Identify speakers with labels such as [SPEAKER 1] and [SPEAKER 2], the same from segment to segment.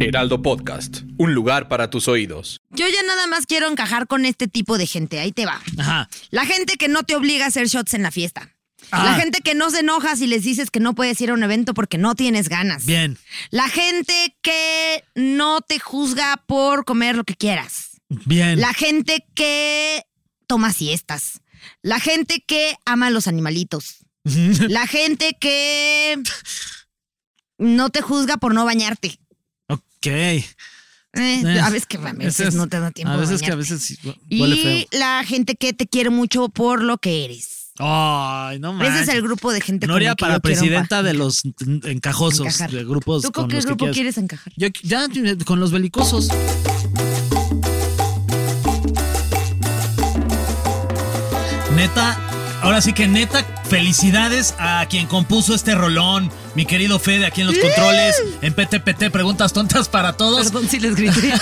[SPEAKER 1] Heraldo Podcast, un lugar para tus oídos.
[SPEAKER 2] Yo ya nada más quiero encajar con este tipo de gente. Ahí te va.
[SPEAKER 3] Ajá.
[SPEAKER 2] La gente que no te obliga a hacer shots en la fiesta. La
[SPEAKER 3] Ah.
[SPEAKER 2] gente que no se enoja si les dices que no puedes ir a un evento porque no tienes ganas.
[SPEAKER 3] Bien.
[SPEAKER 2] La gente que no te juzga por comer lo que quieras.
[SPEAKER 3] Bien.
[SPEAKER 2] La gente que toma siestas. La gente que ama a los animalitos. La gente que no te juzga por no bañarte.
[SPEAKER 3] ok.
[SPEAKER 2] Eh,
[SPEAKER 3] Eh,
[SPEAKER 2] a veces que a veces no te da tiempo.
[SPEAKER 3] A
[SPEAKER 2] de
[SPEAKER 3] veces que a
[SPEAKER 2] bañarte.
[SPEAKER 3] veces sí, hu- huele
[SPEAKER 2] Y
[SPEAKER 3] feo.
[SPEAKER 2] la gente que te quiere mucho por lo que eres.
[SPEAKER 3] Ay, no mames.
[SPEAKER 2] Ese es el grupo de gente con
[SPEAKER 3] Noria
[SPEAKER 2] la que
[SPEAKER 3] para
[SPEAKER 2] yo quiero
[SPEAKER 3] presidenta de
[SPEAKER 2] encajar.
[SPEAKER 3] los en- encajosos,
[SPEAKER 2] Encajar.
[SPEAKER 3] de grupos
[SPEAKER 2] ¿Tú con
[SPEAKER 3] con
[SPEAKER 2] qué
[SPEAKER 3] los que
[SPEAKER 2] grupo
[SPEAKER 3] quieras.
[SPEAKER 2] quieres encajar?
[SPEAKER 3] Yo qui- ya eh, con los belicosos. Neta, ahora sí que neta, felicidades a quien compuso este rolón. Mi querido Fede, aquí en los controles, en PTPT, preguntas tontas para todos.
[SPEAKER 2] Perdón si les grité.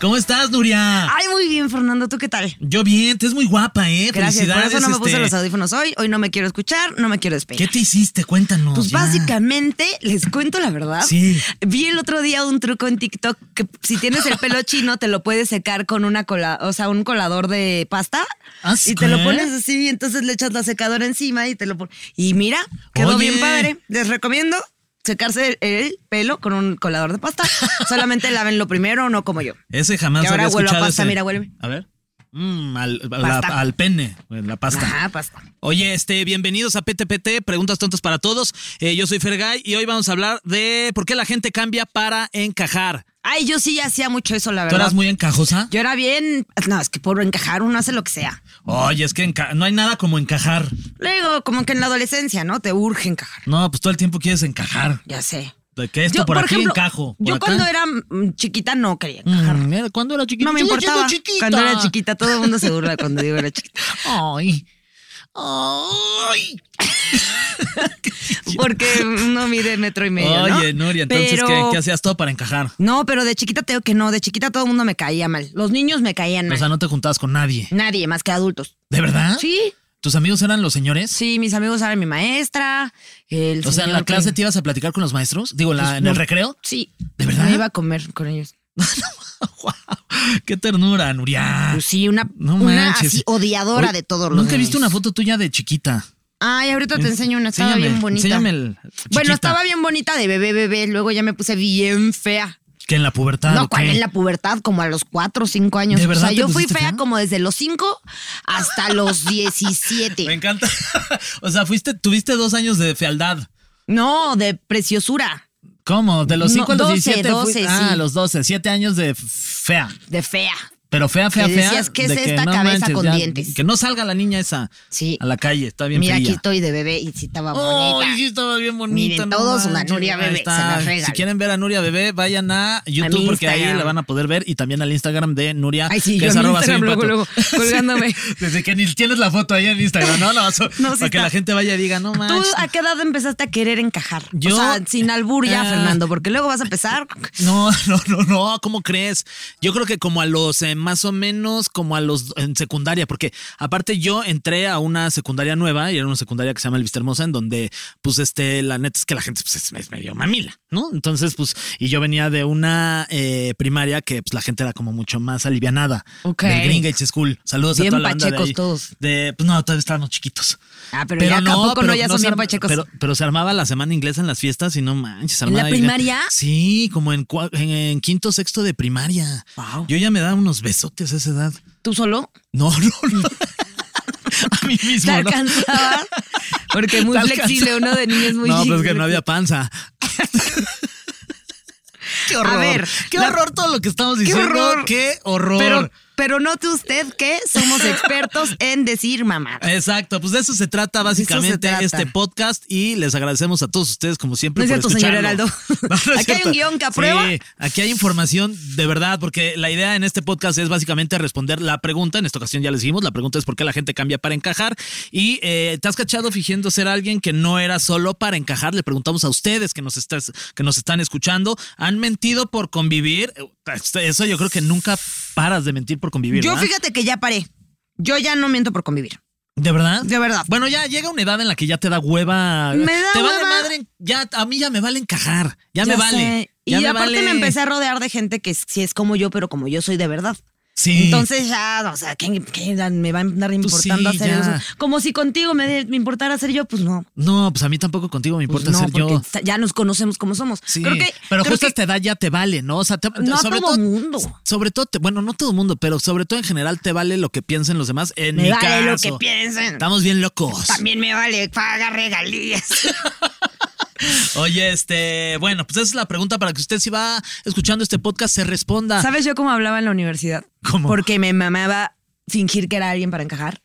[SPEAKER 3] ¿Cómo estás, Nuria?
[SPEAKER 2] Ay, muy bien, Fernando. ¿Tú qué tal?
[SPEAKER 3] Yo bien, te es muy guapa, ¿eh?
[SPEAKER 2] Gracias. Por
[SPEAKER 3] Felicidades.
[SPEAKER 2] eso no me puse
[SPEAKER 3] este,
[SPEAKER 2] los audífonos hoy. Hoy no me quiero escuchar, no me quiero
[SPEAKER 3] ¿Qué
[SPEAKER 2] despegar.
[SPEAKER 3] te hiciste? Cuéntanos.
[SPEAKER 2] Pues
[SPEAKER 3] ya.
[SPEAKER 2] básicamente, les cuento la verdad.
[SPEAKER 3] Sí.
[SPEAKER 2] Vi el otro día un truco en TikTok que si tienes el pelo chino te lo puedes secar con una cola, o sea, un colador de pasta
[SPEAKER 3] Ah,
[SPEAKER 2] y te lo
[SPEAKER 3] ¿qué?
[SPEAKER 2] pones así, y entonces le echas la secadora encima y te lo pones. Y mira, quedó
[SPEAKER 3] Oye.
[SPEAKER 2] bien padre. Les recomiendo secarse el, el pelo con un colador de pasta. Solamente lávenlo primero, no como yo.
[SPEAKER 3] Ese jamás
[SPEAKER 2] Que ahora
[SPEAKER 3] había
[SPEAKER 2] huele a
[SPEAKER 3] escuchado
[SPEAKER 2] pasta,
[SPEAKER 3] ese.
[SPEAKER 2] mira, huele.
[SPEAKER 3] A ver. Mm, al, la-
[SPEAKER 2] Pasta.
[SPEAKER 3] al pene, eh, la pasta.
[SPEAKER 2] Ajá, pasta.
[SPEAKER 3] Oye, este, bienvenidos a PTPT, preguntas tontas para todos. Eh, yo soy Fergay y hoy vamos a hablar de por qué la gente cambia para encajar.
[SPEAKER 2] Ay, yo sí hacía mucho eso, la
[SPEAKER 3] ¿Tú
[SPEAKER 2] verdad.
[SPEAKER 3] eras muy encajosa?
[SPEAKER 2] Yo era bien, no, es que por encajar uno hace lo que sea.
[SPEAKER 3] Oye, es que enca- no hay nada como encajar.
[SPEAKER 2] Luego, como que en la adolescencia, ¿no? Te urge encajar.
[SPEAKER 3] No, pues todo el tiempo quieres encajar.
[SPEAKER 2] Ya sé.
[SPEAKER 3] De que esto
[SPEAKER 2] Yo,
[SPEAKER 3] por,
[SPEAKER 2] por
[SPEAKER 3] aquí
[SPEAKER 2] ejemplo,
[SPEAKER 3] encajo. por
[SPEAKER 2] yo
[SPEAKER 3] acá.
[SPEAKER 2] cuando era mm, chiquita no quería encajar.
[SPEAKER 3] Mm, era- ¿Cuándo era chiquita?
[SPEAKER 2] No me
[SPEAKER 3] Sigo
[SPEAKER 2] importaba.
[SPEAKER 3] siendo chiquita.
[SPEAKER 2] Cuando era chiquita, todo el mundo se burla cuando digo era chiquita.
[SPEAKER 3] Ay. Ay.
[SPEAKER 2] Porque no mide metro y medio.
[SPEAKER 3] Oye,
[SPEAKER 2] ¿no?
[SPEAKER 3] Nuria, entonces,
[SPEAKER 2] Pero-
[SPEAKER 3] ¿qué, qué hacías todo para encajar?
[SPEAKER 2] No, pero de chiquita te digo que no. De chiquita todo el mundo me caía mal. Los niños me caían
[SPEAKER 3] O
[SPEAKER 2] mal.
[SPEAKER 3] sea, no te juntabas con nadie.
[SPEAKER 2] Nadie más que adultos.
[SPEAKER 3] ¿De verdad?
[SPEAKER 2] Sí,
[SPEAKER 3] ¿Tus amigos eran los señores?
[SPEAKER 2] sí, mis amigos eran mi maestra. El
[SPEAKER 3] O sea,
[SPEAKER 2] señor
[SPEAKER 3] en la
[SPEAKER 2] que-
[SPEAKER 3] clase te ibas a platicar con los maestros, digo, en la- en el
[SPEAKER 2] no.
[SPEAKER 3] recreo.
[SPEAKER 2] Sí.
[SPEAKER 3] ¿De verdad?
[SPEAKER 2] Me iba a comer con ellos.
[SPEAKER 3] wow, qué ternura, Nuria.
[SPEAKER 2] Pues sí, una,
[SPEAKER 3] Ah, No
[SPEAKER 2] una
[SPEAKER 3] manches.
[SPEAKER 2] así odiadora
[SPEAKER 3] Oye,
[SPEAKER 2] de todos los
[SPEAKER 3] Nunca he visto
[SPEAKER 2] niños.
[SPEAKER 3] una foto tuya de chiquita.
[SPEAKER 2] Ay, ahorita te enseño una, estaba
[SPEAKER 3] Enséñame,
[SPEAKER 2] bien bonita.
[SPEAKER 3] enséñame el-
[SPEAKER 2] bueno,
[SPEAKER 3] chiquita.
[SPEAKER 2] estaba bien bonita de bebé, bebé, luego ya me puse bien fea.
[SPEAKER 3] Que en la pubertad.
[SPEAKER 2] no,
[SPEAKER 3] ¿o
[SPEAKER 2] cuál
[SPEAKER 3] qué?
[SPEAKER 2] en la pubertad, como a los 4 o 5 años.
[SPEAKER 3] ¿De
[SPEAKER 2] o
[SPEAKER 3] verdad
[SPEAKER 2] sea,
[SPEAKER 3] te
[SPEAKER 2] yo fui
[SPEAKER 3] pusiste
[SPEAKER 2] fea,
[SPEAKER 3] fea?
[SPEAKER 2] como desde los 5 hasta los
[SPEAKER 3] Me
[SPEAKER 2] 17.
[SPEAKER 3] encanta. o sea, fuiste, tuviste dos años de fealdad.
[SPEAKER 2] No, de preciosura,
[SPEAKER 3] ¿Cómo? De los
[SPEAKER 2] No,
[SPEAKER 3] 5 a los
[SPEAKER 2] 12,
[SPEAKER 3] 17. fui-
[SPEAKER 2] 12,
[SPEAKER 3] ah,
[SPEAKER 2] sí.
[SPEAKER 3] los 12. 7 años de fea.
[SPEAKER 2] de fea.
[SPEAKER 3] Pero fea, fea,
[SPEAKER 2] Que
[SPEAKER 3] fea.
[SPEAKER 2] decías, ¿qué es
[SPEAKER 3] de que
[SPEAKER 2] esta
[SPEAKER 3] no
[SPEAKER 2] cabeza con
[SPEAKER 3] ya,
[SPEAKER 2] dientes?
[SPEAKER 3] Que no salga la niña esa
[SPEAKER 2] Sí.
[SPEAKER 3] a la calle. Está bien
[SPEAKER 2] Mira,
[SPEAKER 3] fría.
[SPEAKER 2] aquí estoy de bebé y sí estaba
[SPEAKER 3] Oh,
[SPEAKER 2] bonita.
[SPEAKER 3] sí, estaba bien bonita.
[SPEAKER 2] Miren,
[SPEAKER 3] no
[SPEAKER 2] todos una
[SPEAKER 3] manches,
[SPEAKER 2] Nuria
[SPEAKER 3] ahí
[SPEAKER 2] Bebé,
[SPEAKER 3] está.
[SPEAKER 2] se la regalo.
[SPEAKER 3] Si quieren ver a Nuria Bebé, vayan a YouTube
[SPEAKER 2] mi
[SPEAKER 3] porque ahí
[SPEAKER 2] Instagram.
[SPEAKER 3] la van a poder ver y también al Instagram de Nuria.
[SPEAKER 2] Ay, sí,
[SPEAKER 3] que
[SPEAKER 2] yo
[SPEAKER 3] es
[SPEAKER 2] en mi
[SPEAKER 3] arroba soy
[SPEAKER 2] Instagram
[SPEAKER 3] un
[SPEAKER 2] luego,
[SPEAKER 3] pato.
[SPEAKER 2] luego, colgándome.
[SPEAKER 3] Sí, Desde que ni tienes la foto ahí en Instagram, ¿no? La vas a-
[SPEAKER 2] No, sí
[SPEAKER 3] para que
[SPEAKER 2] está.
[SPEAKER 3] la gente vaya y diga, no
[SPEAKER 2] ¿Tú
[SPEAKER 3] manches.
[SPEAKER 2] a qué edad empezaste a querer encajar?
[SPEAKER 3] Yo-
[SPEAKER 2] o sea, sin albur ya,
[SPEAKER 3] Ah.
[SPEAKER 2] Fernando, porque luego vas a empezar.
[SPEAKER 3] No, no, no, no, ¿cómo crees? Yo creo que como a los, eh, más o menos como a los en secundaria, porque aparte yo entré a una secundaria nueva y era una secundaria que se llama El Hermosa, en donde, pues, este, la neta es que la gente pues, es, es medio mamila, ¿no? Entonces, pues, y yo venía de una eh, primaria que pues la gente era como mucho más alivianada.
[SPEAKER 2] Ok.
[SPEAKER 3] Del Green Gates School. Saludos
[SPEAKER 2] Bien
[SPEAKER 3] a toda la banda de
[SPEAKER 2] pachecos
[SPEAKER 3] ahí.
[SPEAKER 2] todos.
[SPEAKER 3] De, pues no, todavía estábamos chiquitos.
[SPEAKER 2] Ah, pero, ya tampoco no,
[SPEAKER 3] pero
[SPEAKER 2] ya
[SPEAKER 3] no
[SPEAKER 2] son
[SPEAKER 3] se
[SPEAKER 2] bien
[SPEAKER 3] arma-
[SPEAKER 2] pachecos.
[SPEAKER 3] Pero, pero se armaba la semana inglesa en las fiestas y no manches. se
[SPEAKER 2] ¿En la
[SPEAKER 3] armaba ahí-
[SPEAKER 2] primaria?
[SPEAKER 3] sí, como en, cua- en- en quinto, sexto de primaria.
[SPEAKER 2] Wow.
[SPEAKER 3] Yo ya me daba unos besotes a esa edad.
[SPEAKER 2] ¿Tú solo?
[SPEAKER 3] No, no, no. a mí
[SPEAKER 2] ¿Te
[SPEAKER 3] mismo. ¿no?
[SPEAKER 2] alcanzaba? Porque muy
[SPEAKER 3] Te alcanzaba.
[SPEAKER 2] flexible, uno de niños muy
[SPEAKER 3] No, pues que
[SPEAKER 2] flexible.
[SPEAKER 3] no había panza. qué horror.
[SPEAKER 2] ver,
[SPEAKER 3] qué
[SPEAKER 2] la-
[SPEAKER 3] horror todo lo que estamos diciendo.
[SPEAKER 2] horror.
[SPEAKER 3] Qué horror.
[SPEAKER 2] Pero, pero note usted que somos expertos en decir mamá.
[SPEAKER 3] Exacto, pues de eso se trata
[SPEAKER 2] eso se
[SPEAKER 3] básicamente
[SPEAKER 2] trata.
[SPEAKER 3] este podcast y les agradecemos a todos ustedes como siempre.
[SPEAKER 2] No es
[SPEAKER 3] por
[SPEAKER 2] cierto, señor
[SPEAKER 3] escucharlo.
[SPEAKER 2] Heraldo.
[SPEAKER 3] No, no es
[SPEAKER 2] Aquí hay
[SPEAKER 3] cierto.
[SPEAKER 2] un guión que aprueba.
[SPEAKER 3] Sí, aquí hay información de verdad, porque la idea en este podcast es básicamente responder la pregunta. En esta ocasión ya les dijimos, la pregunta es por qué la gente cambia para encajar. Y eh, te has cachado fingiendo ser alguien que no era solo para encajar. Le preguntamos a ustedes que nos, estás, que nos están escuchando, ¿han mentido por convivir? Este, Eso yo creo que nunca paras de mentir por convivir.
[SPEAKER 2] Yo
[SPEAKER 3] ¿verdad?
[SPEAKER 2] fíjate que ya paré. Yo ya no miento por convivir.
[SPEAKER 3] ¿De verdad?
[SPEAKER 2] De verdad.
[SPEAKER 3] Bueno, ya llega una edad en la que ya te da hueva.
[SPEAKER 2] Me da
[SPEAKER 3] te vale
[SPEAKER 2] hueva.
[SPEAKER 3] madre. Ya, a mí ya me vale encajar. Ya, me
[SPEAKER 2] sé.
[SPEAKER 3] vale.
[SPEAKER 2] Y
[SPEAKER 3] Ya me
[SPEAKER 2] aparte
[SPEAKER 3] vale.
[SPEAKER 2] me empecé a rodear de gente que sí es como yo, pero como yo soy de verdad.
[SPEAKER 3] Sí. Pues
[SPEAKER 2] Entonces ya, o sea, ¿qué, qué me va a andar importando
[SPEAKER 3] sí,
[SPEAKER 2] hacer
[SPEAKER 3] ya.
[SPEAKER 2] eso? Como si contigo me, de- me importara hacer yo, pues no.
[SPEAKER 3] No, pues a mí tampoco contigo me
[SPEAKER 2] Pues
[SPEAKER 3] importa
[SPEAKER 2] no,
[SPEAKER 3] ser yo.
[SPEAKER 2] porque ya nos conocemos como somos.
[SPEAKER 3] Sí,
[SPEAKER 2] creo que,
[SPEAKER 3] pero
[SPEAKER 2] creo
[SPEAKER 3] justo a
[SPEAKER 2] que
[SPEAKER 3] esta edad ya te vale, ¿no? O sea, te-
[SPEAKER 2] no a
[SPEAKER 3] sobre
[SPEAKER 2] todo
[SPEAKER 3] todo,
[SPEAKER 2] mundo.
[SPEAKER 3] sobre todo, te- bueno, no todo el mundo, pero sobre todo en general te vale lo que piensen los demás. En mi
[SPEAKER 2] me vale lo
[SPEAKER 3] caso.
[SPEAKER 2] que piensen.
[SPEAKER 3] Estamos bien locos.
[SPEAKER 2] También me vale pagar regalías.
[SPEAKER 3] Oye, este, bueno, pues esa es la pregunta para que usted si va escuchando este podcast se responda.
[SPEAKER 2] ¿Sabes yo cómo hablaba en la universidad?
[SPEAKER 3] ¿Cómo?
[SPEAKER 2] Porque me mamaba fingir que era alguien para encajar.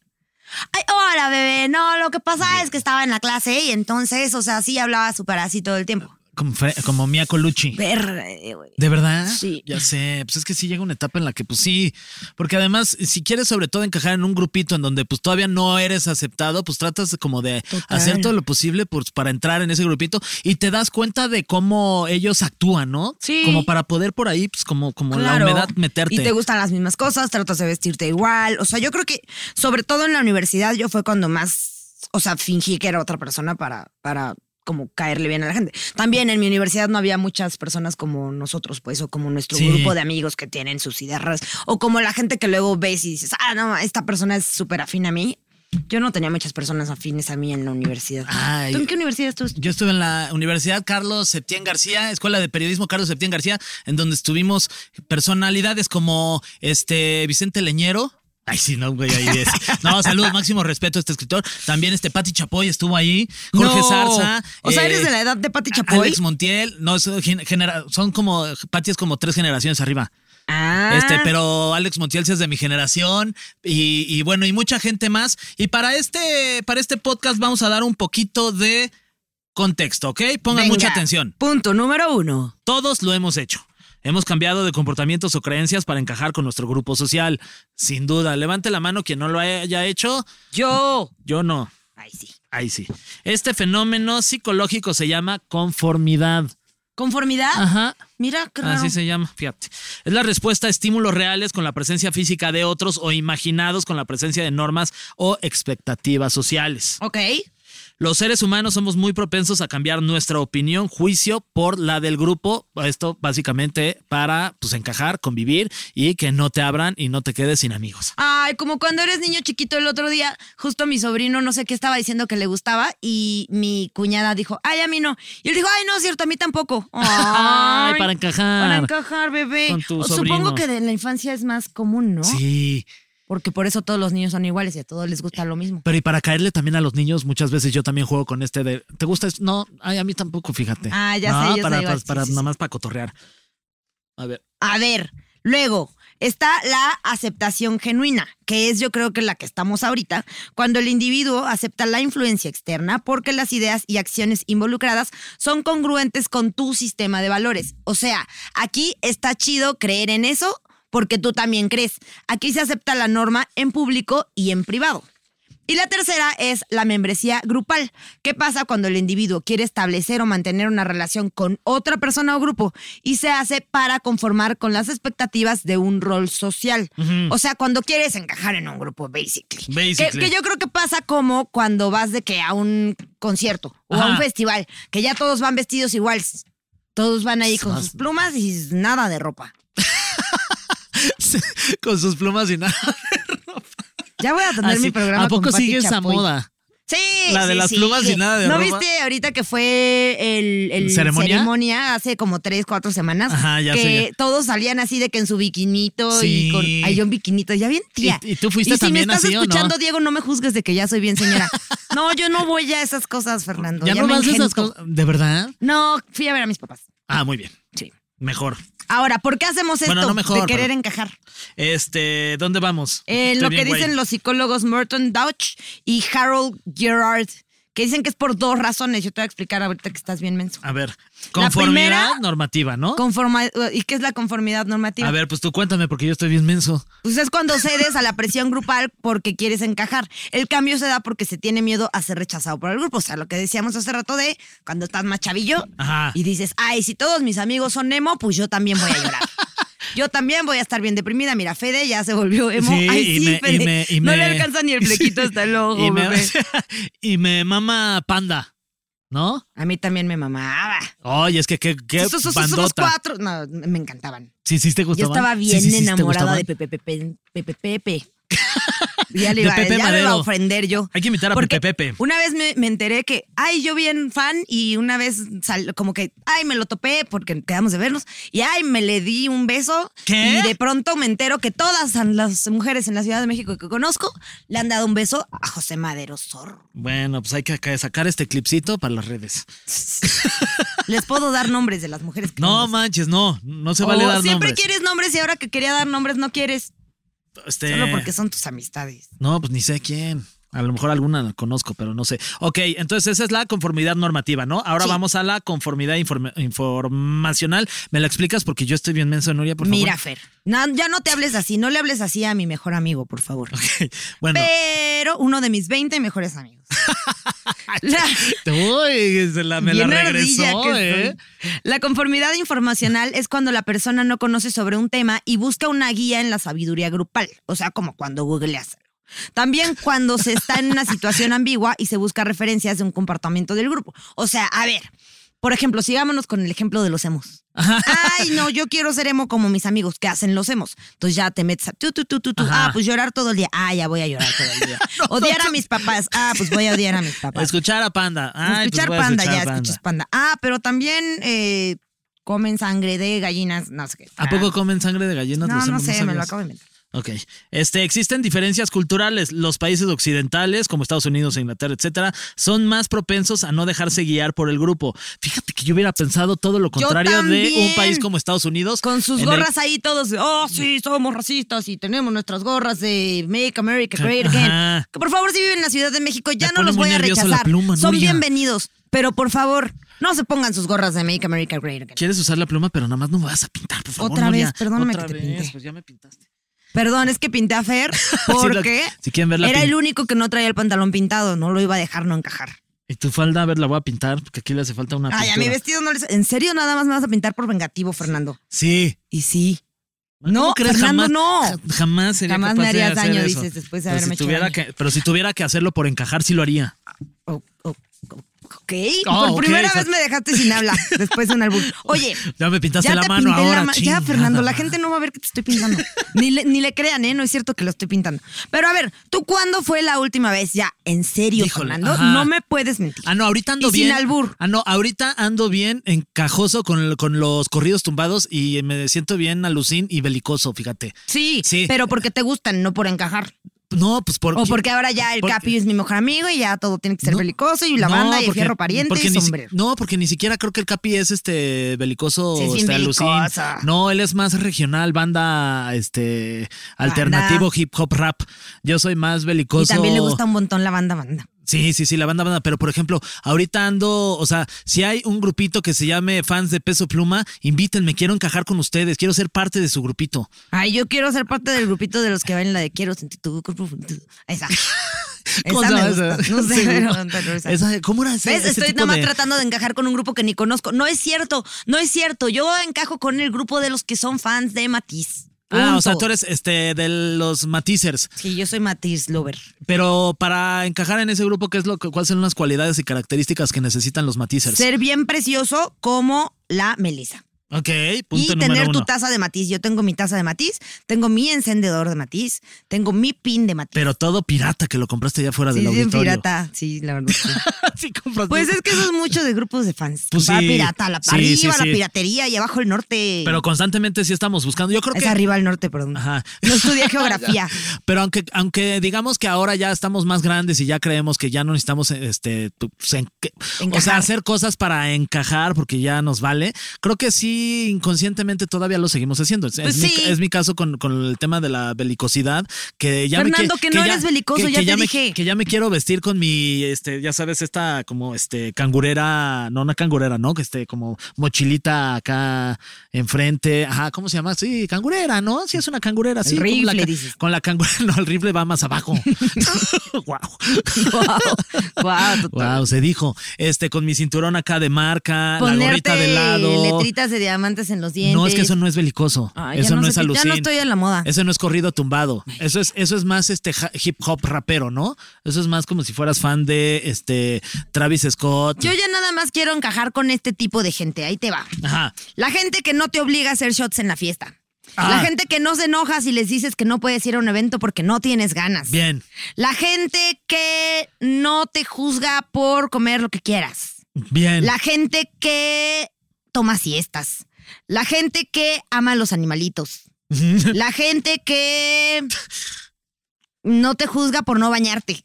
[SPEAKER 2] Ay, hola, bebé. No, lo que pasa es que estaba en la clase y entonces, o sea, sí hablaba súper así todo el tiempo.
[SPEAKER 3] Como, Fe- como Mia Colucci.
[SPEAKER 2] Ver, eh, güey.
[SPEAKER 3] ¿De verdad?
[SPEAKER 2] Sí.
[SPEAKER 3] Ya sé, pues es que sí llega una etapa en la que pues sí, porque además si quieres sobre todo encajar en un grupito en donde pues todavía no eres aceptado, pues tratas como de
[SPEAKER 2] Total.
[SPEAKER 3] hacer todo lo posible pues, para entrar en ese grupito y te das cuenta de cómo ellos actúan, ¿no?
[SPEAKER 2] Sí.
[SPEAKER 3] Como para poder por ahí pues como, como
[SPEAKER 2] Claro.
[SPEAKER 3] la humedad meterte.
[SPEAKER 2] Y te gustan las mismas cosas, tratas de vestirte igual. O sea, yo creo que, sobre todo en la universidad, yo fue cuando más, o sea, fingí que era otra persona para, para como caerle bien a la gente. También en mi universidad no había muchas personas como nosotros, pues, o como nuestro
[SPEAKER 3] Sí.
[SPEAKER 2] grupo de amigos que tienen sus ideas raras, o como la gente que luego ves y dices, ah, no, esta persona es súper afín a mí. Yo no tenía muchas personas afines a mí en la universidad.
[SPEAKER 3] Ay.
[SPEAKER 2] ¿Tú en qué universidad estuviste?
[SPEAKER 3] Yo estuve en la Universidad Carlos Septién García, Escuela de Periodismo Carlos Septién García, en donde estuvimos personalidades como este Vicente Leñero. Ay, sí, no, güey, ahí es. No, saludos, máximo respeto a este escritor. También este Pati Chapoy estuvo ahí, Jorge
[SPEAKER 2] No.
[SPEAKER 3] Zarza.
[SPEAKER 2] O sea,
[SPEAKER 3] eh,
[SPEAKER 2] eres de la edad de Pati Chapoy.
[SPEAKER 3] Alex Montiel, no, es gen- genera- son como, Pati es como tres generaciones arriba.
[SPEAKER 2] ah.
[SPEAKER 3] Este, pero Alex Montiel sí es de mi generación y, y bueno, y mucha gente más. Y para este, para este podcast vamos a dar un poquito de contexto, ¿ok? Pongan
[SPEAKER 2] Venga.
[SPEAKER 3] mucha atención.
[SPEAKER 2] Punto número uno.
[SPEAKER 3] Todos lo hemos hecho. Hemos cambiado de comportamientos o creencias para encajar con nuestro grupo social. Sin duda, levante la mano quien no lo haya hecho.
[SPEAKER 2] Yo.
[SPEAKER 3] Yo no.
[SPEAKER 2] Ay, sí.
[SPEAKER 3] Ahí sí. Este fenómeno psicológico se llama conformidad.
[SPEAKER 2] Conformidad.
[SPEAKER 3] Ajá.
[SPEAKER 2] Mira, qué raro.
[SPEAKER 3] Ah. Así se llama, fíjate. Es la respuesta a estímulos reales con la presencia física de otros o imaginados con la presencia de normas o expectativas sociales.
[SPEAKER 2] Ok.
[SPEAKER 3] Los seres humanos somos muy propensos a cambiar nuestra opinión, juicio por la del grupo. Esto básicamente para pues, encajar, convivir y que no te abran y no te quedes sin amigos.
[SPEAKER 2] Ay, como cuando eres niño chiquito el otro día, justo mi sobrino no sé qué estaba diciendo que le gustaba y mi cuñada dijo, ay, a mí no. Y él dijo, ay, no, es cierto, a mí tampoco.
[SPEAKER 3] Ay, para
[SPEAKER 2] Para
[SPEAKER 3] encajar.
[SPEAKER 2] encajar, bebé.
[SPEAKER 3] Con tu
[SPEAKER 2] O
[SPEAKER 3] sobrino.
[SPEAKER 2] Supongo que de la infancia es más común, ¿no?
[SPEAKER 3] Sí,
[SPEAKER 2] Porque por eso todos los niños son iguales y a todos les gusta lo mismo.
[SPEAKER 3] pero y para caerle también a los niños, muchas veces yo también juego con este de, ¿te gusta esto? No, ay, a mí tampoco, fíjate.
[SPEAKER 2] Ah, ya
[SPEAKER 3] No,
[SPEAKER 2] sé, ya
[SPEAKER 3] para,
[SPEAKER 2] sé, igual.
[SPEAKER 3] para-
[SPEAKER 2] Sí,
[SPEAKER 3] para-
[SPEAKER 2] sí,
[SPEAKER 3] nada
[SPEAKER 2] sí.
[SPEAKER 3] más para cotorrear. A ver.
[SPEAKER 2] A ver, luego está la aceptación genuina, que es yo creo que la que estamos ahorita, cuando el individuo acepta la influencia externa porque las ideas y acciones involucradas son congruentes con tu sistema de valores. O sea, aquí está chido creer en eso porque tú también crees. Aquí se acepta la norma en público y en privado. Y la tercera es la membresía grupal. ¿Qué pasa cuando el individuo quiere establecer o mantener una relación con otra persona o grupo y se hace para conformar con las expectativas de un rol social? O sea, cuando quieres encajar en un grupo, basically.
[SPEAKER 3] Basically.
[SPEAKER 2] Que, que yo creo que pasa como cuando vas de que a un concierto o a
[SPEAKER 3] Ajá.
[SPEAKER 2] un festival, que ya todos van vestidos iguales. Todos van ahí con
[SPEAKER 3] Más-
[SPEAKER 2] sus plumas y nada de ropa.
[SPEAKER 3] con sus plumas y nada.
[SPEAKER 2] Ya voy Ah, a tener mi
[SPEAKER 3] Así.
[SPEAKER 2] programa.
[SPEAKER 3] Ah, ¿A poco
[SPEAKER 2] con Pati
[SPEAKER 3] sigue esa
[SPEAKER 2] Chapoy.
[SPEAKER 3] moda?
[SPEAKER 2] Sí.
[SPEAKER 3] La de
[SPEAKER 2] sí,
[SPEAKER 3] las
[SPEAKER 2] sí.
[SPEAKER 3] plumas y nada de
[SPEAKER 2] ¿No
[SPEAKER 3] ropa?
[SPEAKER 2] viste ahorita que fue el, el
[SPEAKER 3] ¿Ceremonia?
[SPEAKER 2] ¿Ceremonia? hace como tres, cuatro semanas?
[SPEAKER 3] Ajá, ya
[SPEAKER 2] que
[SPEAKER 3] sé,
[SPEAKER 2] todos salían así de que en su biquinito
[SPEAKER 3] Sí.
[SPEAKER 2] y con. Ay, yo en biquinito. Ya bien, tía.
[SPEAKER 3] ¿Y- y tú fuiste
[SPEAKER 2] si
[SPEAKER 3] también
[SPEAKER 2] me estás
[SPEAKER 3] así o no?
[SPEAKER 2] escuchando, Diego, no me juzgues de que ya soy bien señora. no, yo no voy a esas cosas, Fernando.
[SPEAKER 3] ¿Ya,
[SPEAKER 2] Ya,
[SPEAKER 3] no
[SPEAKER 2] me
[SPEAKER 3] vas a esas
[SPEAKER 2] engento.
[SPEAKER 3] cosas? ¿De verdad?
[SPEAKER 2] No, fui a ver a mis papás.
[SPEAKER 3] Ah, muy bien.
[SPEAKER 2] Sí.
[SPEAKER 3] Mejor.
[SPEAKER 2] Ahora, ¿por qué hacemos esto
[SPEAKER 3] Bueno, no mejor,
[SPEAKER 2] de querer
[SPEAKER 3] pero-
[SPEAKER 2] encajar?
[SPEAKER 3] Este, ¿dónde vamos?
[SPEAKER 2] Eh,
[SPEAKER 3] Estoy
[SPEAKER 2] lo
[SPEAKER 3] bien,
[SPEAKER 2] que dicen
[SPEAKER 3] güey.
[SPEAKER 2] los psicólogos Merton Dodge y Harold Gerard, que dicen que es por dos razones. Yo te voy a explicar ahorita que estás bien menso.
[SPEAKER 3] A ver, conformidad
[SPEAKER 2] primera-
[SPEAKER 3] normativa, ¿no?
[SPEAKER 2] Conforma- ¿Y qué es la conformidad normativa?
[SPEAKER 3] A ver, pues tú cuéntame porque yo estoy bien menso.
[SPEAKER 2] Pues es cuando cedes a la presión grupal porque quieres encajar. El cambio se da porque se tiene miedo a ser rechazado por el grupo. O sea, lo que decíamos hace rato de cuando estás más chavillo
[SPEAKER 3] Ajá.
[SPEAKER 2] y dices, ay, si todos mis amigos son emo, pues yo también voy a llorar. Yo también voy a estar bien deprimida. Mira, Fede ya se volvió emo.
[SPEAKER 3] Sí,
[SPEAKER 2] Ay,
[SPEAKER 3] y
[SPEAKER 2] sí,
[SPEAKER 3] me- y
[SPEAKER 2] Fede.
[SPEAKER 3] me- y
[SPEAKER 2] no le
[SPEAKER 3] me-
[SPEAKER 2] alcanza ni el flequito hasta el ojo,
[SPEAKER 3] y me,
[SPEAKER 2] bebé.
[SPEAKER 3] y me mama panda. ¿No?
[SPEAKER 2] A mí también me mamaba.
[SPEAKER 3] Oye, es que qué, qué
[SPEAKER 2] Esos- esos- esos
[SPEAKER 3] bandota.
[SPEAKER 2] cuatro. No, me encantaban.
[SPEAKER 3] Sí, sí, te
[SPEAKER 2] Yo
[SPEAKER 3] gustaban.
[SPEAKER 2] estaba
[SPEAKER 3] Sí,
[SPEAKER 2] bien
[SPEAKER 3] sí, sí, te
[SPEAKER 2] enamorada
[SPEAKER 3] gustaban.
[SPEAKER 2] de Pepe Pepe Pepe Pepe. Ya le
[SPEAKER 3] De
[SPEAKER 2] iba,
[SPEAKER 3] Pepe
[SPEAKER 2] ya me iba a
[SPEAKER 3] Madero.
[SPEAKER 2] ofender yo.
[SPEAKER 3] Hay que invitar a
[SPEAKER 2] Porque
[SPEAKER 3] Pepe Pepe.
[SPEAKER 2] Una vez me, me enteré que, ay, yo bien fan y una vez sal- como que, ay, me lo topé porque quedamos de vernos y ay, me le di un beso
[SPEAKER 3] ¿Qué?
[SPEAKER 2] y de pronto me entero que todas las mujeres en la Ciudad de México que conozco le han dado un beso a José Madero Zorro.
[SPEAKER 3] Bueno, pues hay que acá sacar este clipcito para las redes.
[SPEAKER 2] Les puedo dar nombres de las mujeres que
[SPEAKER 3] No
[SPEAKER 2] conozco.
[SPEAKER 3] manches, no, no se vale
[SPEAKER 2] Oh,
[SPEAKER 3] dar
[SPEAKER 2] Siempre
[SPEAKER 3] nombres.
[SPEAKER 2] quieres nombres y ahora que quería dar nombres no quieres,
[SPEAKER 3] Este,
[SPEAKER 2] solo porque son tus amistades.
[SPEAKER 3] No, pues ni sé quién. A lo mejor alguna la conozco, pero no sé. Ok, entonces esa es la conformidad normativa, ¿no? Ahora
[SPEAKER 2] Sí.
[SPEAKER 3] vamos a la conformidad informe- informacional. ¿Me la explicas? Porque yo estoy bien menso, Nuria, por favor.
[SPEAKER 2] Mira, Fer, no, ya no te hables así, no le hables así a mi mejor amigo, por favor.
[SPEAKER 3] Bueno,
[SPEAKER 2] Pero uno de mis 20 mejores amigos. La-
[SPEAKER 3] uy, se la, me la
[SPEAKER 2] Bien ardilla
[SPEAKER 3] regresó,
[SPEAKER 2] que
[SPEAKER 3] ¿eh?
[SPEAKER 2] soy. La conformidad informacional es cuando la persona no conoce sobre un tema y busca una guía en la sabiduría grupal, o sea, como cuando googleas. También cuando se está en una situación ambigua y se busca referencias de un comportamiento del grupo. O sea, a ver, por ejemplo, sigámonos con el ejemplo de los emos. Ay, no, yo quiero ser emo como mis amigos que hacen los emos. Entonces ya te metes a tú, tú, tú, tú, tú.
[SPEAKER 3] Ajá.
[SPEAKER 2] Ah, pues llorar todo el día. Ah, ya voy a llorar todo el día. Odiar a mis papás. Ah, pues voy a odiar a mis papás.
[SPEAKER 3] Escuchar a Panda. Ay, pues
[SPEAKER 2] escuchar
[SPEAKER 3] voy a
[SPEAKER 2] panda,
[SPEAKER 3] escuchar
[SPEAKER 2] ya
[SPEAKER 3] a Panda.
[SPEAKER 2] escuchas panda. Ah, pero también eh, comen sangre de gallinas, no sé qué.
[SPEAKER 3] ¿A poco comen sangre de gallinas?
[SPEAKER 2] Ah. No,
[SPEAKER 3] los
[SPEAKER 2] no
[SPEAKER 3] hemos-
[SPEAKER 2] sé, me lo
[SPEAKER 3] sabías?
[SPEAKER 2] acabo de inventar.
[SPEAKER 3] Ok. Este, existen diferencias culturales. Los países occidentales, como Estados Unidos, e Inglaterra, etcétera, son más propensos a no dejarse guiar por el grupo. Fíjate que yo hubiera pensado todo lo contrario de
[SPEAKER 2] también.
[SPEAKER 3] un país como Estados Unidos.
[SPEAKER 2] Con sus
[SPEAKER 3] en el-
[SPEAKER 2] gorras ahí todos, de, oh, sí, somos racistas y tenemos nuestras gorras de Make America Great Again.
[SPEAKER 3] Ajá.
[SPEAKER 2] Que por favor, si viven en la Ciudad de México, ya
[SPEAKER 3] Me
[SPEAKER 2] no
[SPEAKER 3] pone
[SPEAKER 2] los
[SPEAKER 3] muy
[SPEAKER 2] voy a
[SPEAKER 3] nervioso la
[SPEAKER 2] rechazar.
[SPEAKER 3] pluma,
[SPEAKER 2] Son
[SPEAKER 3] Nuria.
[SPEAKER 2] bienvenidos, pero por favor, no se pongan sus gorras de Make America Great Again.
[SPEAKER 3] Quieres usar la pluma, pero nada más no vas a pintar, por favor.
[SPEAKER 2] Otra
[SPEAKER 3] Nuria.
[SPEAKER 2] vez, perdóname
[SPEAKER 3] Otra
[SPEAKER 2] que te
[SPEAKER 3] vez,
[SPEAKER 2] pinté.
[SPEAKER 3] pues ya me pintaste.
[SPEAKER 2] Perdón, es que pinté a Fer
[SPEAKER 3] Sí, lo-
[SPEAKER 2] porque
[SPEAKER 3] si quieren ver la
[SPEAKER 2] era
[SPEAKER 3] pin-
[SPEAKER 2] el único que no traía el pantalón pintado, no lo iba a dejar no encajar.
[SPEAKER 3] Y tu falda, a ver, la voy a pintar, porque aquí le hace falta una
[SPEAKER 2] Ay, a
[SPEAKER 3] Ah, pintura.
[SPEAKER 2] mi vestido no le... ¿En serio nada más me vas a pintar por vengativo, Fernando?
[SPEAKER 3] Sí.
[SPEAKER 2] Y sí.
[SPEAKER 3] ¿Cómo
[SPEAKER 2] No,
[SPEAKER 3] crees?
[SPEAKER 2] Fernando,
[SPEAKER 3] jamás,
[SPEAKER 2] no.
[SPEAKER 3] ja- Jamás sería
[SPEAKER 2] Jamás
[SPEAKER 3] capaz
[SPEAKER 2] me harías
[SPEAKER 3] de hacer
[SPEAKER 2] daño,
[SPEAKER 3] eso.
[SPEAKER 2] dices, después de
[SPEAKER 3] Pero
[SPEAKER 2] haberme
[SPEAKER 3] si
[SPEAKER 2] hecho
[SPEAKER 3] tuviera
[SPEAKER 2] daño.
[SPEAKER 3] que- Pero si tuviera que hacerlo por encajar, sí lo haría.
[SPEAKER 2] O- o- o- ok.
[SPEAKER 3] Ah,
[SPEAKER 2] Por
[SPEAKER 3] ok,
[SPEAKER 2] primera
[SPEAKER 3] o sea-
[SPEAKER 2] vez me dejaste sin habla después de un álbum. Oye,
[SPEAKER 3] Ya me pintaste
[SPEAKER 2] ya
[SPEAKER 3] la
[SPEAKER 2] te
[SPEAKER 3] mano
[SPEAKER 2] pinté
[SPEAKER 3] ahora.
[SPEAKER 2] la ma- Ya,
[SPEAKER 3] chingada
[SPEAKER 2] Fernando, la
[SPEAKER 3] madre.
[SPEAKER 2] gente no va a ver que te estoy pintando. Ni le, ni le crean, ¿eh? No es cierto que lo estoy pintando. Pero a ver, ¿tú cuándo fue la última vez? Ya, en serio,
[SPEAKER 3] Híjole,
[SPEAKER 2] Fernando,
[SPEAKER 3] ajá.
[SPEAKER 2] no me puedes mentir.
[SPEAKER 3] Ah, no, ahorita ando
[SPEAKER 2] Y sin
[SPEAKER 3] bien.
[SPEAKER 2] albur.
[SPEAKER 3] Ah, no, ahorita ando bien encajoso con, con los corridos tumbados y me siento bien alucín y belicoso, fíjate.
[SPEAKER 2] Sí,
[SPEAKER 3] Sí.
[SPEAKER 2] pero porque te gustan, no por encajar.
[SPEAKER 3] No, pues por.
[SPEAKER 2] O porque ahora ya el
[SPEAKER 3] Por-
[SPEAKER 2] Capi es mi mejor amigo y ya todo tiene que ser
[SPEAKER 3] No,
[SPEAKER 2] belicoso y la banda
[SPEAKER 3] no,
[SPEAKER 2] y el
[SPEAKER 3] porque-
[SPEAKER 2] fierro pariente
[SPEAKER 3] porque
[SPEAKER 2] y
[SPEAKER 3] ni si-
[SPEAKER 2] sombrero.
[SPEAKER 3] No, porque ni siquiera creo que el Capi es este belicoso
[SPEAKER 2] Sí, es bien
[SPEAKER 3] este, alucín.
[SPEAKER 2] belicoso.
[SPEAKER 3] No, él es más regional, banda este alternativo hip hop rap. Yo soy más belicoso.
[SPEAKER 2] Y también le gusta un montón la banda banda.
[SPEAKER 3] Sí, sí, sí, la banda, banda. Pero, por ejemplo, ahorita ando, o sea, si hay un grupito que se llame fans de Peso Pluma, invítenme, quiero encajar con ustedes, quiero ser parte de su grupito.
[SPEAKER 2] Ay, yo quiero ser parte del grupito de los que bailan la de quiero sentir tu cuerpo. junto". Esa.
[SPEAKER 3] ¿Cómo
[SPEAKER 2] Esa
[SPEAKER 3] se
[SPEAKER 2] me
[SPEAKER 3] llama
[SPEAKER 2] gusta.
[SPEAKER 3] esa?
[SPEAKER 2] No sé,
[SPEAKER 3] Sí,
[SPEAKER 2] pero-
[SPEAKER 3] ¿no?
[SPEAKER 2] pero esa.
[SPEAKER 3] Esa- ¿Cómo era ese,
[SPEAKER 2] ¿Ves?
[SPEAKER 3] ese
[SPEAKER 2] Estoy
[SPEAKER 3] tipo
[SPEAKER 2] nada más
[SPEAKER 3] de-
[SPEAKER 2] tratando de encajar con un grupo que ni conozco. No es cierto, no es cierto. Yo encajo con el grupo de los que son fans de Matiz.
[SPEAKER 3] Ah, o sea,
[SPEAKER 2] Punto.
[SPEAKER 3] tú eres este, de los matizers.
[SPEAKER 2] Sí, yo soy Matiz Lover.
[SPEAKER 3] Pero para encajar en ese grupo, ¿qué es lo que, ¿cuáles son las cualidades y características que necesitan los matizers?
[SPEAKER 2] Ser bien precioso como la Melissa.
[SPEAKER 3] Ok, punto
[SPEAKER 2] y
[SPEAKER 3] número
[SPEAKER 2] tener tu
[SPEAKER 3] uno.
[SPEAKER 2] taza de matiz. Yo tengo mi taza de matiz, tengo mi encendedor de matiz, tengo mi pin de matiz.
[SPEAKER 3] Pero todo pirata que lo compraste ya fuera
[SPEAKER 2] Sí,
[SPEAKER 3] del
[SPEAKER 2] sí,
[SPEAKER 3] auditorio.
[SPEAKER 2] pirata. Sí, la verdad. sí.
[SPEAKER 3] sí, compraste.
[SPEAKER 2] Pues es que eso es mucho de grupos de fans.
[SPEAKER 3] Pues
[SPEAKER 2] Va
[SPEAKER 3] sí.
[SPEAKER 2] pirata, la
[SPEAKER 3] Sí,
[SPEAKER 2] arriba,
[SPEAKER 3] sí,
[SPEAKER 2] la
[SPEAKER 3] sí.
[SPEAKER 2] piratería y abajo el norte.
[SPEAKER 3] Pero constantemente sí estamos buscando. Yo creo
[SPEAKER 2] es
[SPEAKER 3] que
[SPEAKER 2] arriba el norte, perdón.
[SPEAKER 3] Ajá.
[SPEAKER 2] No estudié geografía.
[SPEAKER 3] Pero aunque, aunque digamos que ahora ya estamos más grandes y ya creemos que ya no necesitamos este tu- se- que- o sea,
[SPEAKER 2] Encajar.
[SPEAKER 3] hacer cosas para encajar porque ya nos vale, creo que sí inconscientemente todavía lo seguimos haciendo. Es,
[SPEAKER 2] Pues
[SPEAKER 3] es mi,
[SPEAKER 2] sí.
[SPEAKER 3] es mi caso con, con el tema de la belicosidad, que ya
[SPEAKER 2] Fernando,
[SPEAKER 3] me
[SPEAKER 2] que no eres belicoso, ya te
[SPEAKER 3] me-
[SPEAKER 2] dije.
[SPEAKER 3] que ya me quiero vestir con mi este, ya sabes, esta como este cangurera, no una cangurera, ¿no? Que esté como mochilita acá enfrente. Ajá, ¿cómo se llama? Sí, cangurera, ¿no? Sí es una cangurera, sí.
[SPEAKER 2] El
[SPEAKER 3] con la
[SPEAKER 2] rifle,
[SPEAKER 3] ca-
[SPEAKER 2] dices.
[SPEAKER 3] con la cangura, no, el rifle va más abajo. wow.
[SPEAKER 2] wow, wow, total.
[SPEAKER 3] Wow, se dijo. Este, con mi cinturón acá de marca, la gorrita
[SPEAKER 2] Ponerte
[SPEAKER 3] de lado.
[SPEAKER 2] letritas de diamantes en los dientes.
[SPEAKER 3] No, es que eso no es belicoso.
[SPEAKER 2] Ay, ya
[SPEAKER 3] eso no,
[SPEAKER 2] sé
[SPEAKER 3] es
[SPEAKER 2] qué-
[SPEAKER 3] alucin.
[SPEAKER 2] Ya no estoy a la moda.
[SPEAKER 3] Eso no es corrido tumbado. Eso es, eso es más este ja- hip hop rapero, ¿no? Eso es más como si fueras fan de este Travis Scott.
[SPEAKER 2] Yo ya nada más quiero encajar con este tipo de gente. Ahí te va.
[SPEAKER 3] Ajá.
[SPEAKER 2] La gente que no te obliga a hacer shots en la fiesta. La
[SPEAKER 3] Ah.
[SPEAKER 2] gente que no se enoja si les dices que no puedes ir a un evento porque no tienes ganas.
[SPEAKER 3] Bien.
[SPEAKER 2] La gente que no te juzga por comer lo que quieras.
[SPEAKER 3] Bien.
[SPEAKER 2] La gente que toma siestas. La gente que ama a los animalitos. La gente que no te juzga por no bañarte.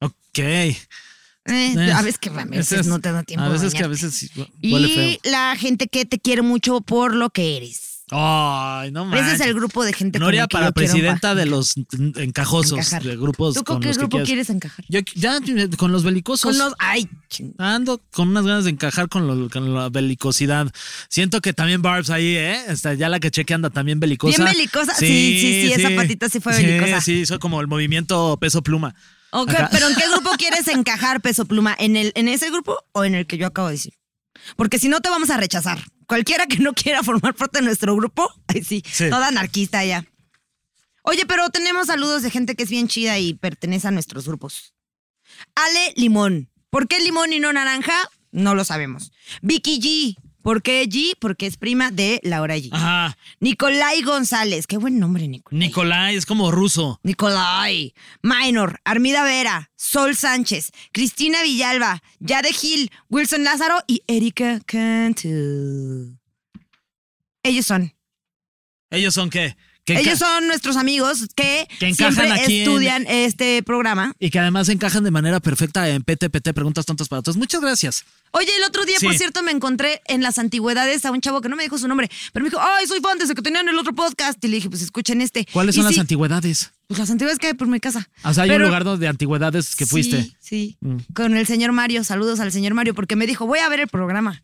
[SPEAKER 3] ok.
[SPEAKER 2] Eh,
[SPEAKER 3] Eh,
[SPEAKER 2] a veces que a veces no te da tiempo.
[SPEAKER 3] A
[SPEAKER 2] de
[SPEAKER 3] veces que a
[SPEAKER 2] bañarte.
[SPEAKER 3] veces sí, hu- huele
[SPEAKER 2] Y
[SPEAKER 3] feo.
[SPEAKER 2] la gente que te quiere mucho por lo que eres.
[SPEAKER 3] Ay, no mames.
[SPEAKER 2] Ese es el grupo de gente con
[SPEAKER 3] Noria
[SPEAKER 2] la que
[SPEAKER 3] para
[SPEAKER 2] yo quiero
[SPEAKER 3] presidenta
[SPEAKER 2] encajar.
[SPEAKER 3] de los encajosos,
[SPEAKER 2] Encajar.
[SPEAKER 3] de grupos
[SPEAKER 2] ¿Tú con
[SPEAKER 3] con
[SPEAKER 2] qué
[SPEAKER 3] los que
[SPEAKER 2] grupo
[SPEAKER 3] quieras.
[SPEAKER 2] quieres encajar?
[SPEAKER 3] Yo ya con los belicosos.
[SPEAKER 2] Con los. Ay, ching.
[SPEAKER 3] Ando con unas ganas de encajar con, lo- con la belicosidad. Siento que también Barbs ahí, ¿eh? Hasta ya la que cheque anda también belicosa.
[SPEAKER 2] Bien belicosa. Sí, sí, sí, esa patita sí fue belicosa.
[SPEAKER 3] Sí, sí, soy como el movimiento peso pluma.
[SPEAKER 2] Ok,
[SPEAKER 3] Ajá.
[SPEAKER 2] pero ¿en qué grupo quieres encajar, peso pluma? ¿En, el, ¿En ese grupo o en el que yo acabo de decir? Porque si no, te vamos a rechazar. Cualquiera que no quiera formar parte de nuestro grupo, ay, sí,
[SPEAKER 3] Sí.
[SPEAKER 2] toda anarquista ya. Oye, pero tenemos saludos de gente que es bien chida y pertenece a nuestros grupos. Ale Limón. ¿Por qué limón y no naranja? No lo sabemos. Vicky G. ¿Por qué G? Porque es prima de Laura G.
[SPEAKER 3] Ajá.
[SPEAKER 2] Nicolai González. Qué buen nombre, Nicolai.
[SPEAKER 3] Nicolai es como ruso.
[SPEAKER 2] Nicolai, Minor, Armida Vera, Sol Sánchez, Cristina Villalba, Yade Gil, Wilson Lázaro y Erika Cantu. Ellos son.
[SPEAKER 3] ¿Ellos son qué? Que enca-
[SPEAKER 2] Ellos son nuestros amigos que,
[SPEAKER 3] Que encajan
[SPEAKER 2] siempre
[SPEAKER 3] aquí en-
[SPEAKER 2] estudian este programa.
[SPEAKER 3] Y que además encajan de manera perfecta en PTPT, preguntas tontas para todos. Muchas gracias.
[SPEAKER 2] Oye, el otro día, por
[SPEAKER 3] Sí.
[SPEAKER 2] cierto, me encontré en las antigüedades a un chavo que no me dijo su nombre, pero me dijo, ay, soy fan desde que tenían el otro podcast. Y le dije, pues escuchen este.
[SPEAKER 3] ¿Cuáles
[SPEAKER 2] Y
[SPEAKER 3] son las
[SPEAKER 2] sí,
[SPEAKER 3] antigüedades?
[SPEAKER 2] Pues las antigüedades que hay por mi casa.
[SPEAKER 3] O sea, hay
[SPEAKER 2] Pero-
[SPEAKER 3] un lugar donde antigüedades que fuiste. Mm.
[SPEAKER 2] Sí, sí. Con el señor Mario. Saludos al señor Mario, porque me dijo, voy a ver el programa.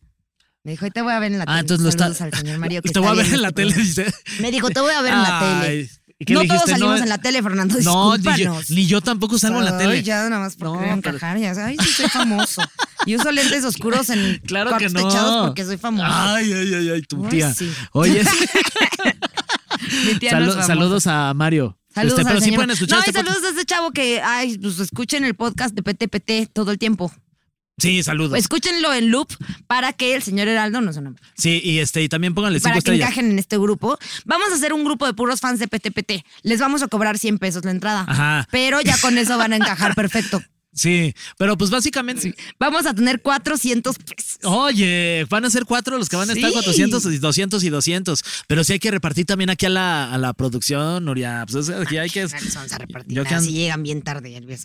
[SPEAKER 2] Me dijo, "Ahí te voy a ver en la tele.
[SPEAKER 3] Ah, entonces lo está.
[SPEAKER 2] Saludos al señor Mario. que
[SPEAKER 3] te voy
[SPEAKER 2] está
[SPEAKER 3] a ver
[SPEAKER 2] viendo
[SPEAKER 3] en la
[SPEAKER 2] este
[SPEAKER 3] tele,
[SPEAKER 2] programa".
[SPEAKER 3] dice.
[SPEAKER 2] Me dijo, te voy a ver en la
[SPEAKER 3] Ay,
[SPEAKER 2] tele.
[SPEAKER 3] ¿y qué
[SPEAKER 2] no
[SPEAKER 3] le
[SPEAKER 2] todos
[SPEAKER 3] dijiste? No,
[SPEAKER 2] salimos en la tele, Fernando.
[SPEAKER 3] No, ni yo,
[SPEAKER 2] discúlpanos.
[SPEAKER 3] ni yo tampoco salgo en la
[SPEAKER 2] Ay,
[SPEAKER 3] tele.
[SPEAKER 2] ya nada más por
[SPEAKER 3] No,
[SPEAKER 2] querer
[SPEAKER 3] pero-
[SPEAKER 2] encajar. Ya, ay, sí, soy famoso. y uso lentes oscuros en
[SPEAKER 3] Claro que
[SPEAKER 2] cuartos
[SPEAKER 3] no. Ah,
[SPEAKER 2] techados porque soy famoso.
[SPEAKER 3] Ay, ay, ay, ay, tu
[SPEAKER 2] Ay,
[SPEAKER 3] tía.
[SPEAKER 2] sí.
[SPEAKER 3] Oye,
[SPEAKER 2] Mi tía no
[SPEAKER 3] salu-
[SPEAKER 2] es famosa.
[SPEAKER 3] saludos a Mario.
[SPEAKER 2] Saludos
[SPEAKER 3] Este,
[SPEAKER 2] al
[SPEAKER 3] pero sí
[SPEAKER 2] señor-
[SPEAKER 3] pueden escuchar
[SPEAKER 2] No,
[SPEAKER 3] este
[SPEAKER 2] y
[SPEAKER 3] podcast.
[SPEAKER 2] saludos a ese chavo que, ay, pues escuchen el podcast de PTPT todo el tiempo.
[SPEAKER 3] Sí, saludos.
[SPEAKER 2] Pues, Escúchenlo en loop para que el señor Heraldo nos nombre.
[SPEAKER 3] sí, y este, y también pónganle cinco
[SPEAKER 2] Para que
[SPEAKER 3] estrellas.
[SPEAKER 2] encajen en este grupo. Vamos a hacer un grupo de puros fans de PTPT. Les vamos a cobrar 100 pesos la entrada.
[SPEAKER 3] Ajá.
[SPEAKER 2] Pero ya con eso van a encajar perfecto.
[SPEAKER 3] Sí, pero pues básicamente.
[SPEAKER 2] Vamos a tener 400 pesos.
[SPEAKER 3] Oh, Oye, van a ser cuatro los que van a estar
[SPEAKER 2] Sí.
[SPEAKER 3] 400, y 200 y 200. Pero sí hay que repartir también aquí a la, a la producción, Nuria. Pues es- aquí hay que.
[SPEAKER 2] No les vamos a repartir
[SPEAKER 3] Yo
[SPEAKER 2] nada,
[SPEAKER 3] que an-
[SPEAKER 2] si llegan bien tarde. el viernes.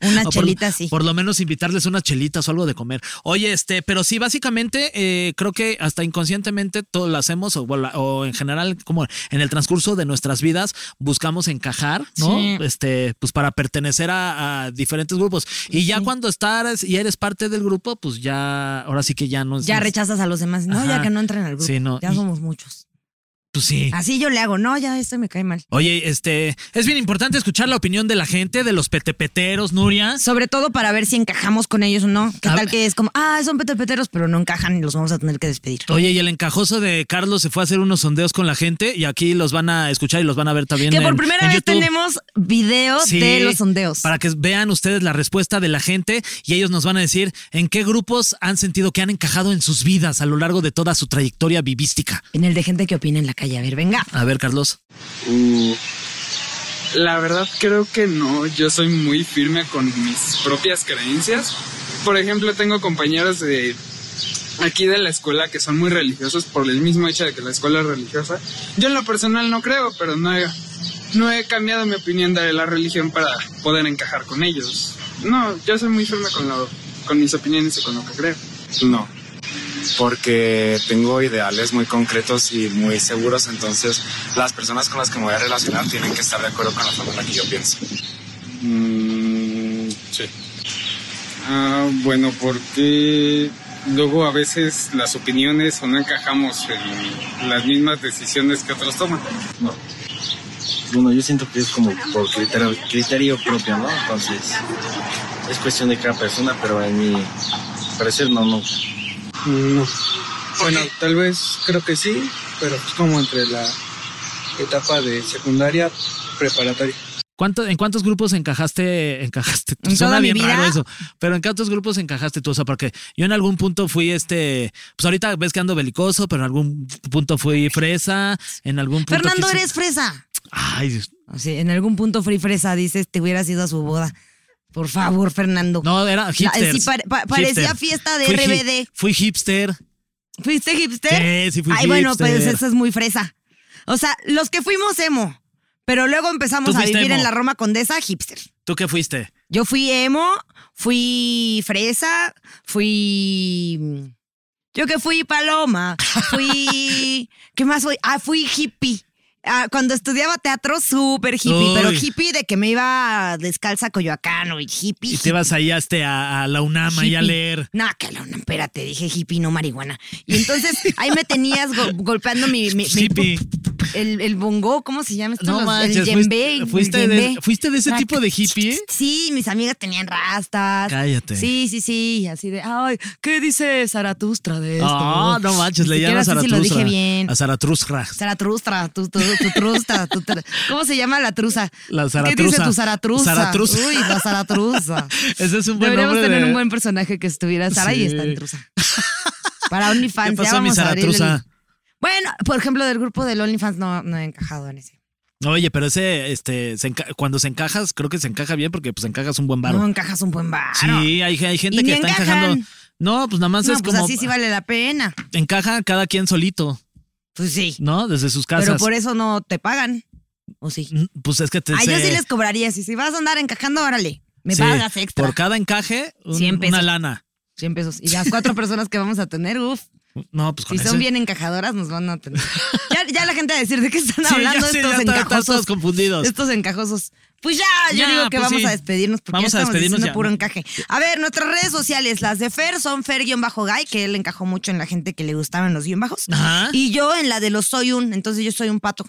[SPEAKER 2] Unas
[SPEAKER 3] O por-
[SPEAKER 2] chelitas, sí.
[SPEAKER 3] Por lo menos invitarles unas chelitas o algo de comer. Oye, este, pero sí, básicamente, eh, creo que hasta inconscientemente todo lo hacemos, o, bueno, o en general, como en el transcurso de nuestras vidas, buscamos encajar, ¿no?
[SPEAKER 2] Sí.
[SPEAKER 3] Este, pues para pertenecer a, a diferentes grupos. Y ya cuando estás y eres parte del grupo, pues ya, ahora sí que ya no es.
[SPEAKER 2] Ya
[SPEAKER 3] no es-
[SPEAKER 2] rechazas a los demás. No, ya
[SPEAKER 3] Ajá.
[SPEAKER 2] que no entran al grupo.
[SPEAKER 3] Sí, no.
[SPEAKER 2] Ya
[SPEAKER 3] Y-
[SPEAKER 2] somos muchos.
[SPEAKER 3] Pues sí.
[SPEAKER 2] Así yo le hago. No, ya esto me cae mal.
[SPEAKER 3] Oye, este, es bien importante escuchar la opinión de la gente, de los petepeteros, Nuria.
[SPEAKER 2] Sobre todo para ver si encajamos con ellos o no. ¿Qué
[SPEAKER 3] A
[SPEAKER 2] tal
[SPEAKER 3] ver.
[SPEAKER 2] que es como, ah, son petepeteros, pero no encajan y los vamos a tener que despedir?
[SPEAKER 3] Oye, y el encajoso de Carlos se fue a hacer unos sondeos con la gente y aquí los van a escuchar y los van a ver también.
[SPEAKER 2] Que por
[SPEAKER 3] en-
[SPEAKER 2] primera
[SPEAKER 3] en
[SPEAKER 2] vez
[SPEAKER 3] YouTube.
[SPEAKER 2] tenemos video
[SPEAKER 3] Sí,
[SPEAKER 2] de los sondeos.
[SPEAKER 3] Para que vean ustedes la respuesta de la gente y ellos nos van a decir en qué grupos han sentido que han encajado en sus vidas a lo largo de toda su trayectoria vivística.
[SPEAKER 2] En el de gente que opina en la calle. A ver, venga.
[SPEAKER 3] A ver, Carlos.
[SPEAKER 4] Uh, la verdad creo que no, yo soy muy firme con mis propias creencias. Por ejemplo, tengo compañeros de aquí de la escuela que son muy religiosos por el mismo hecho de que la escuela es religiosa. Yo en lo personal no creo, pero no he, no he cambiado mi opinión de la religión para poder encajar con ellos. No, yo soy muy firme con, lo, con mis opiniones y con lo que creo.
[SPEAKER 5] No, porque tengo ideales muy concretos y muy seguros, entonces las personas con las que me voy a relacionar tienen que estar de acuerdo con la forma en la que yo pienso.
[SPEAKER 4] Mm, sí. Ah, bueno, porque luego a veces las opiniones o no encajamos en las mismas decisiones que otros toman.
[SPEAKER 6] Bueno, yo siento que es como por criterio, criterio propio, ¿no? Entonces, es cuestión de cada persona, pero en mi parecer no, no.
[SPEAKER 4] No.
[SPEAKER 7] Bueno, tal vez creo que sí, pero es como entre la etapa de secundaria preparatoria.
[SPEAKER 3] ¿Cuánto- ¿En cuántos grupos encajaste? encajaste tú?
[SPEAKER 2] ¿En
[SPEAKER 3] Suena
[SPEAKER 2] toda mi
[SPEAKER 3] bien
[SPEAKER 2] vida?
[SPEAKER 3] raro eso. Pero ¿en cuántos grupos encajaste tú? O sea, porque yo en algún punto fui este. Pues ahorita ves que ando belicoso, pero en algún punto fui fresa. En algún punto.
[SPEAKER 2] Fernando,
[SPEAKER 3] quise-
[SPEAKER 2] eres fresa.
[SPEAKER 3] Ay, Dios.
[SPEAKER 2] O sea, en algún punto Free Fresa dices, te hubieras ido a su boda. Por favor, Fernando. eh,
[SPEAKER 3] No, era
[SPEAKER 2] sí,
[SPEAKER 3] hipster.
[SPEAKER 2] pare- pa- parecía fiesta de RBD.
[SPEAKER 3] Fui hipster.
[SPEAKER 2] ¿Fuiste hipster?
[SPEAKER 3] Sí, sí fui
[SPEAKER 2] Ay, bueno,
[SPEAKER 3] hipster.
[SPEAKER 2] pues eso es muy fresa. O sea, los que fuimos emo, pero luego empezamos
[SPEAKER 3] Tú
[SPEAKER 2] a
[SPEAKER 3] fuiste
[SPEAKER 2] vivir
[SPEAKER 3] emo.
[SPEAKER 2] en la Roma Condesa, hipster.
[SPEAKER 3] ¿Tú qué fuiste?
[SPEAKER 2] Yo fui emo, fui fresa, fui... Yo que fui paloma, fui... ¿Qué más fui? Ah, fui hippie. Ah, cuando estudiaba teatro, súper hippie,
[SPEAKER 3] Uy.
[SPEAKER 2] pero hippie de que me iba descalza a Coyoacán, o hippie.
[SPEAKER 3] Y te vas ahí hasta a, a la UNAM ahí a
[SPEAKER 2] Hippie.
[SPEAKER 3] leer.
[SPEAKER 2] No, que la UNAM, espérate, dije hippie, no marihuana. Y entonces ahí me tenías go- golpeando mi, mi- mi-
[SPEAKER 3] Hippie.
[SPEAKER 2] el, el bongo, ¿cómo se llama esto?
[SPEAKER 3] No
[SPEAKER 2] Los-
[SPEAKER 3] manches,
[SPEAKER 2] el yembe.
[SPEAKER 3] fuiste-
[SPEAKER 2] el
[SPEAKER 3] fuiste de-
[SPEAKER 2] yembe.
[SPEAKER 3] fuiste de ese
[SPEAKER 2] Rac-
[SPEAKER 3] tipo de hippie. ¿eh?
[SPEAKER 2] Sí, mis amigas tenían rastas.
[SPEAKER 3] Cállate.
[SPEAKER 2] Sí, sí, sí, así de, ay, ¿qué dice Zaratustra de esto?
[SPEAKER 3] Ah, No, no manches,
[SPEAKER 2] Ni
[SPEAKER 3] le
[SPEAKER 2] siquiera
[SPEAKER 3] llamas a
[SPEAKER 2] sé si
[SPEAKER 3] Zaratustra.
[SPEAKER 2] lo dije bien.
[SPEAKER 3] A Zaratustra.
[SPEAKER 2] Zaratustra, tu, tu, tu trusta, tu tr- ¿cómo se llama la truza?
[SPEAKER 3] La
[SPEAKER 2] ¿Qué dice
[SPEAKER 3] Zaratruza.
[SPEAKER 2] tu Zaratustra?
[SPEAKER 3] Zaratruza.
[SPEAKER 2] Uy, la Zaratustra.
[SPEAKER 3] Ese es un buen
[SPEAKER 2] Deberíamos
[SPEAKER 3] nombre
[SPEAKER 2] tener
[SPEAKER 3] de-
[SPEAKER 2] un buen personaje que estuviera Sara y
[SPEAKER 3] eh, Sí.
[SPEAKER 2] está en trusa. Para OnlyFans.
[SPEAKER 3] ¿Qué
[SPEAKER 2] ya
[SPEAKER 3] pasó, mi
[SPEAKER 2] vamos a abrir el-
[SPEAKER 3] Zaratruza?
[SPEAKER 2] Bueno, por ejemplo, del grupo del OnlyFans no, no he encajado en ese.
[SPEAKER 3] Oye, pero ese, este, se enca- cuando se encajas, creo que se encaja bien porque pues encajas un buen
[SPEAKER 2] No
[SPEAKER 3] varo.
[SPEAKER 2] encajas un buen bar.
[SPEAKER 3] sí, hay, hay gente
[SPEAKER 2] Y
[SPEAKER 3] que
[SPEAKER 2] ni
[SPEAKER 3] está
[SPEAKER 2] encajan.
[SPEAKER 3] encajando. No, pues nada más
[SPEAKER 2] No,
[SPEAKER 3] es
[SPEAKER 2] pues
[SPEAKER 3] como
[SPEAKER 2] así sí vale la pena.
[SPEAKER 3] encaja cada quien solito,
[SPEAKER 2] Pues sí.
[SPEAKER 3] ¿no? Desde sus casas.
[SPEAKER 2] Pero por eso no te pagan. ¿O sí?
[SPEAKER 3] Mm, Pues es que te
[SPEAKER 2] Ah, yo
[SPEAKER 3] se-
[SPEAKER 2] sí les cobraría. Si, si vas a andar encajando, órale. Me
[SPEAKER 3] sí,
[SPEAKER 2] pagas extra.
[SPEAKER 3] Por cada encaje, un-
[SPEAKER 2] 100 pesos.
[SPEAKER 3] una lana.
[SPEAKER 2] 100 pesos. Y las cuatro personas que vamos a tener, uff.
[SPEAKER 3] No, pues con
[SPEAKER 2] Si son
[SPEAKER 3] ese-
[SPEAKER 2] bien encajadoras, nos van a tener. Ya, ya la gente va a decir de qué están
[SPEAKER 3] Sí, ya
[SPEAKER 2] hablando
[SPEAKER 3] sé, ya
[SPEAKER 2] estos
[SPEAKER 3] está- están
[SPEAKER 2] encajosos.
[SPEAKER 3] todos confundidos.
[SPEAKER 2] Estos encajosos. Pues ya, yo
[SPEAKER 3] Ya,
[SPEAKER 2] digo que
[SPEAKER 3] pues
[SPEAKER 2] vamos
[SPEAKER 3] sí.
[SPEAKER 2] a despedirnos porque
[SPEAKER 3] Vamos
[SPEAKER 2] ya
[SPEAKER 3] a
[SPEAKER 2] estamos
[SPEAKER 3] despedirnos
[SPEAKER 2] diciendo
[SPEAKER 3] ya,
[SPEAKER 2] puro
[SPEAKER 3] ¿no?
[SPEAKER 2] encaje. A ver, nuestras redes sociales, las de Fer son Fer-Guy, que él encajó mucho en la gente que le gustaban los guión bajos.
[SPEAKER 3] Ajá.
[SPEAKER 2] Y yo en la de los soy un, entonces yo soy un pato.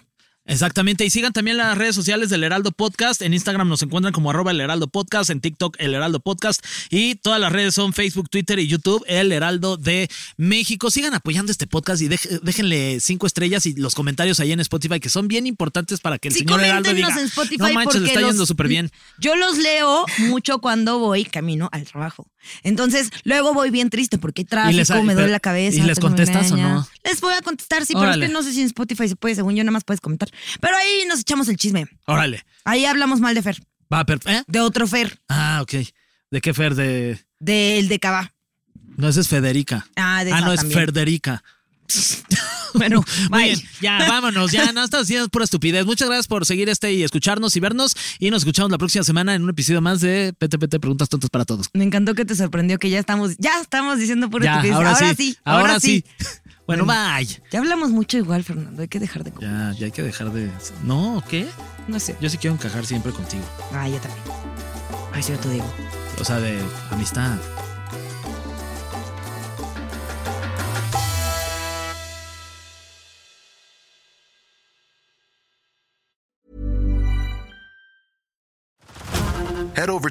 [SPEAKER 3] Exactamente, y sigan también las redes sociales del Heraldo Podcast. En Instagram nos encuentran como arroba el Heraldo Podcast, en TikTok el Heraldo Podcast, y todas las redes son Facebook, Twitter y YouTube, el Heraldo de México. Sigan apoyando este podcast y dej- déjenle cinco estrellas y los comentarios ahí en Spotify, que son bien importantes para que el
[SPEAKER 2] Sí,
[SPEAKER 3] señor Heraldo
[SPEAKER 2] coméntenos
[SPEAKER 3] diga.
[SPEAKER 2] en Spotify
[SPEAKER 3] no manches,
[SPEAKER 2] porque
[SPEAKER 3] le está
[SPEAKER 2] los-
[SPEAKER 3] yendo súper bien.
[SPEAKER 2] Yo los leo mucho cuando voy camino al trabajo. Entonces, luego voy bien triste porque hay tráfico,
[SPEAKER 3] les-
[SPEAKER 2] me
[SPEAKER 3] pero-
[SPEAKER 2] duele la cabeza.
[SPEAKER 3] ¿y les
[SPEAKER 2] tengo
[SPEAKER 3] contestas o
[SPEAKER 2] migraña.
[SPEAKER 3] no?
[SPEAKER 2] Les voy a contestar, sí, pero
[SPEAKER 3] Órale.
[SPEAKER 2] es que no sé si en Spotify se puede, según yo nada más puedes comentar. Pero ahí nos echamos el chisme.
[SPEAKER 3] Órale,
[SPEAKER 2] Ahí hablamos mal de Fer,
[SPEAKER 3] va, perfecto.
[SPEAKER 2] de otro Fer,
[SPEAKER 3] Ah, ok. ¿De qué Fer? De...
[SPEAKER 2] del de Cava.
[SPEAKER 3] No, esa es Federica.
[SPEAKER 2] Ah, de
[SPEAKER 3] ah
[SPEAKER 2] esa
[SPEAKER 3] no, es
[SPEAKER 2] también.
[SPEAKER 3] Ferderica.
[SPEAKER 2] Bueno,
[SPEAKER 3] Muy
[SPEAKER 2] bye.
[SPEAKER 3] bien, ya vámonos, ya no estás haciendo pura estupidez. Muchas gracias por seguir este y escucharnos y vernos. Y nos escuchamos la próxima semana en un episodio más de PTPT Preguntas Tontas para Todos.
[SPEAKER 2] Me encantó que te sorprendió que ya estamos, ya estamos diciendo por
[SPEAKER 3] Ya,
[SPEAKER 2] estupidez.
[SPEAKER 3] ahora, sí, ahora, sí. Bueno,
[SPEAKER 2] Bueno.
[SPEAKER 3] bye.
[SPEAKER 2] Ya hablamos mucho igual, Fernando. Hay que dejar de comer.
[SPEAKER 3] Ya, ya hay que dejar de. No, ¿qué?
[SPEAKER 2] No sé.
[SPEAKER 3] Yo sí quiero encajar siempre contigo.
[SPEAKER 2] Ah, yo también. Ay, sí, yo te digo.
[SPEAKER 3] O sea, de amistad.
[SPEAKER 8] Head over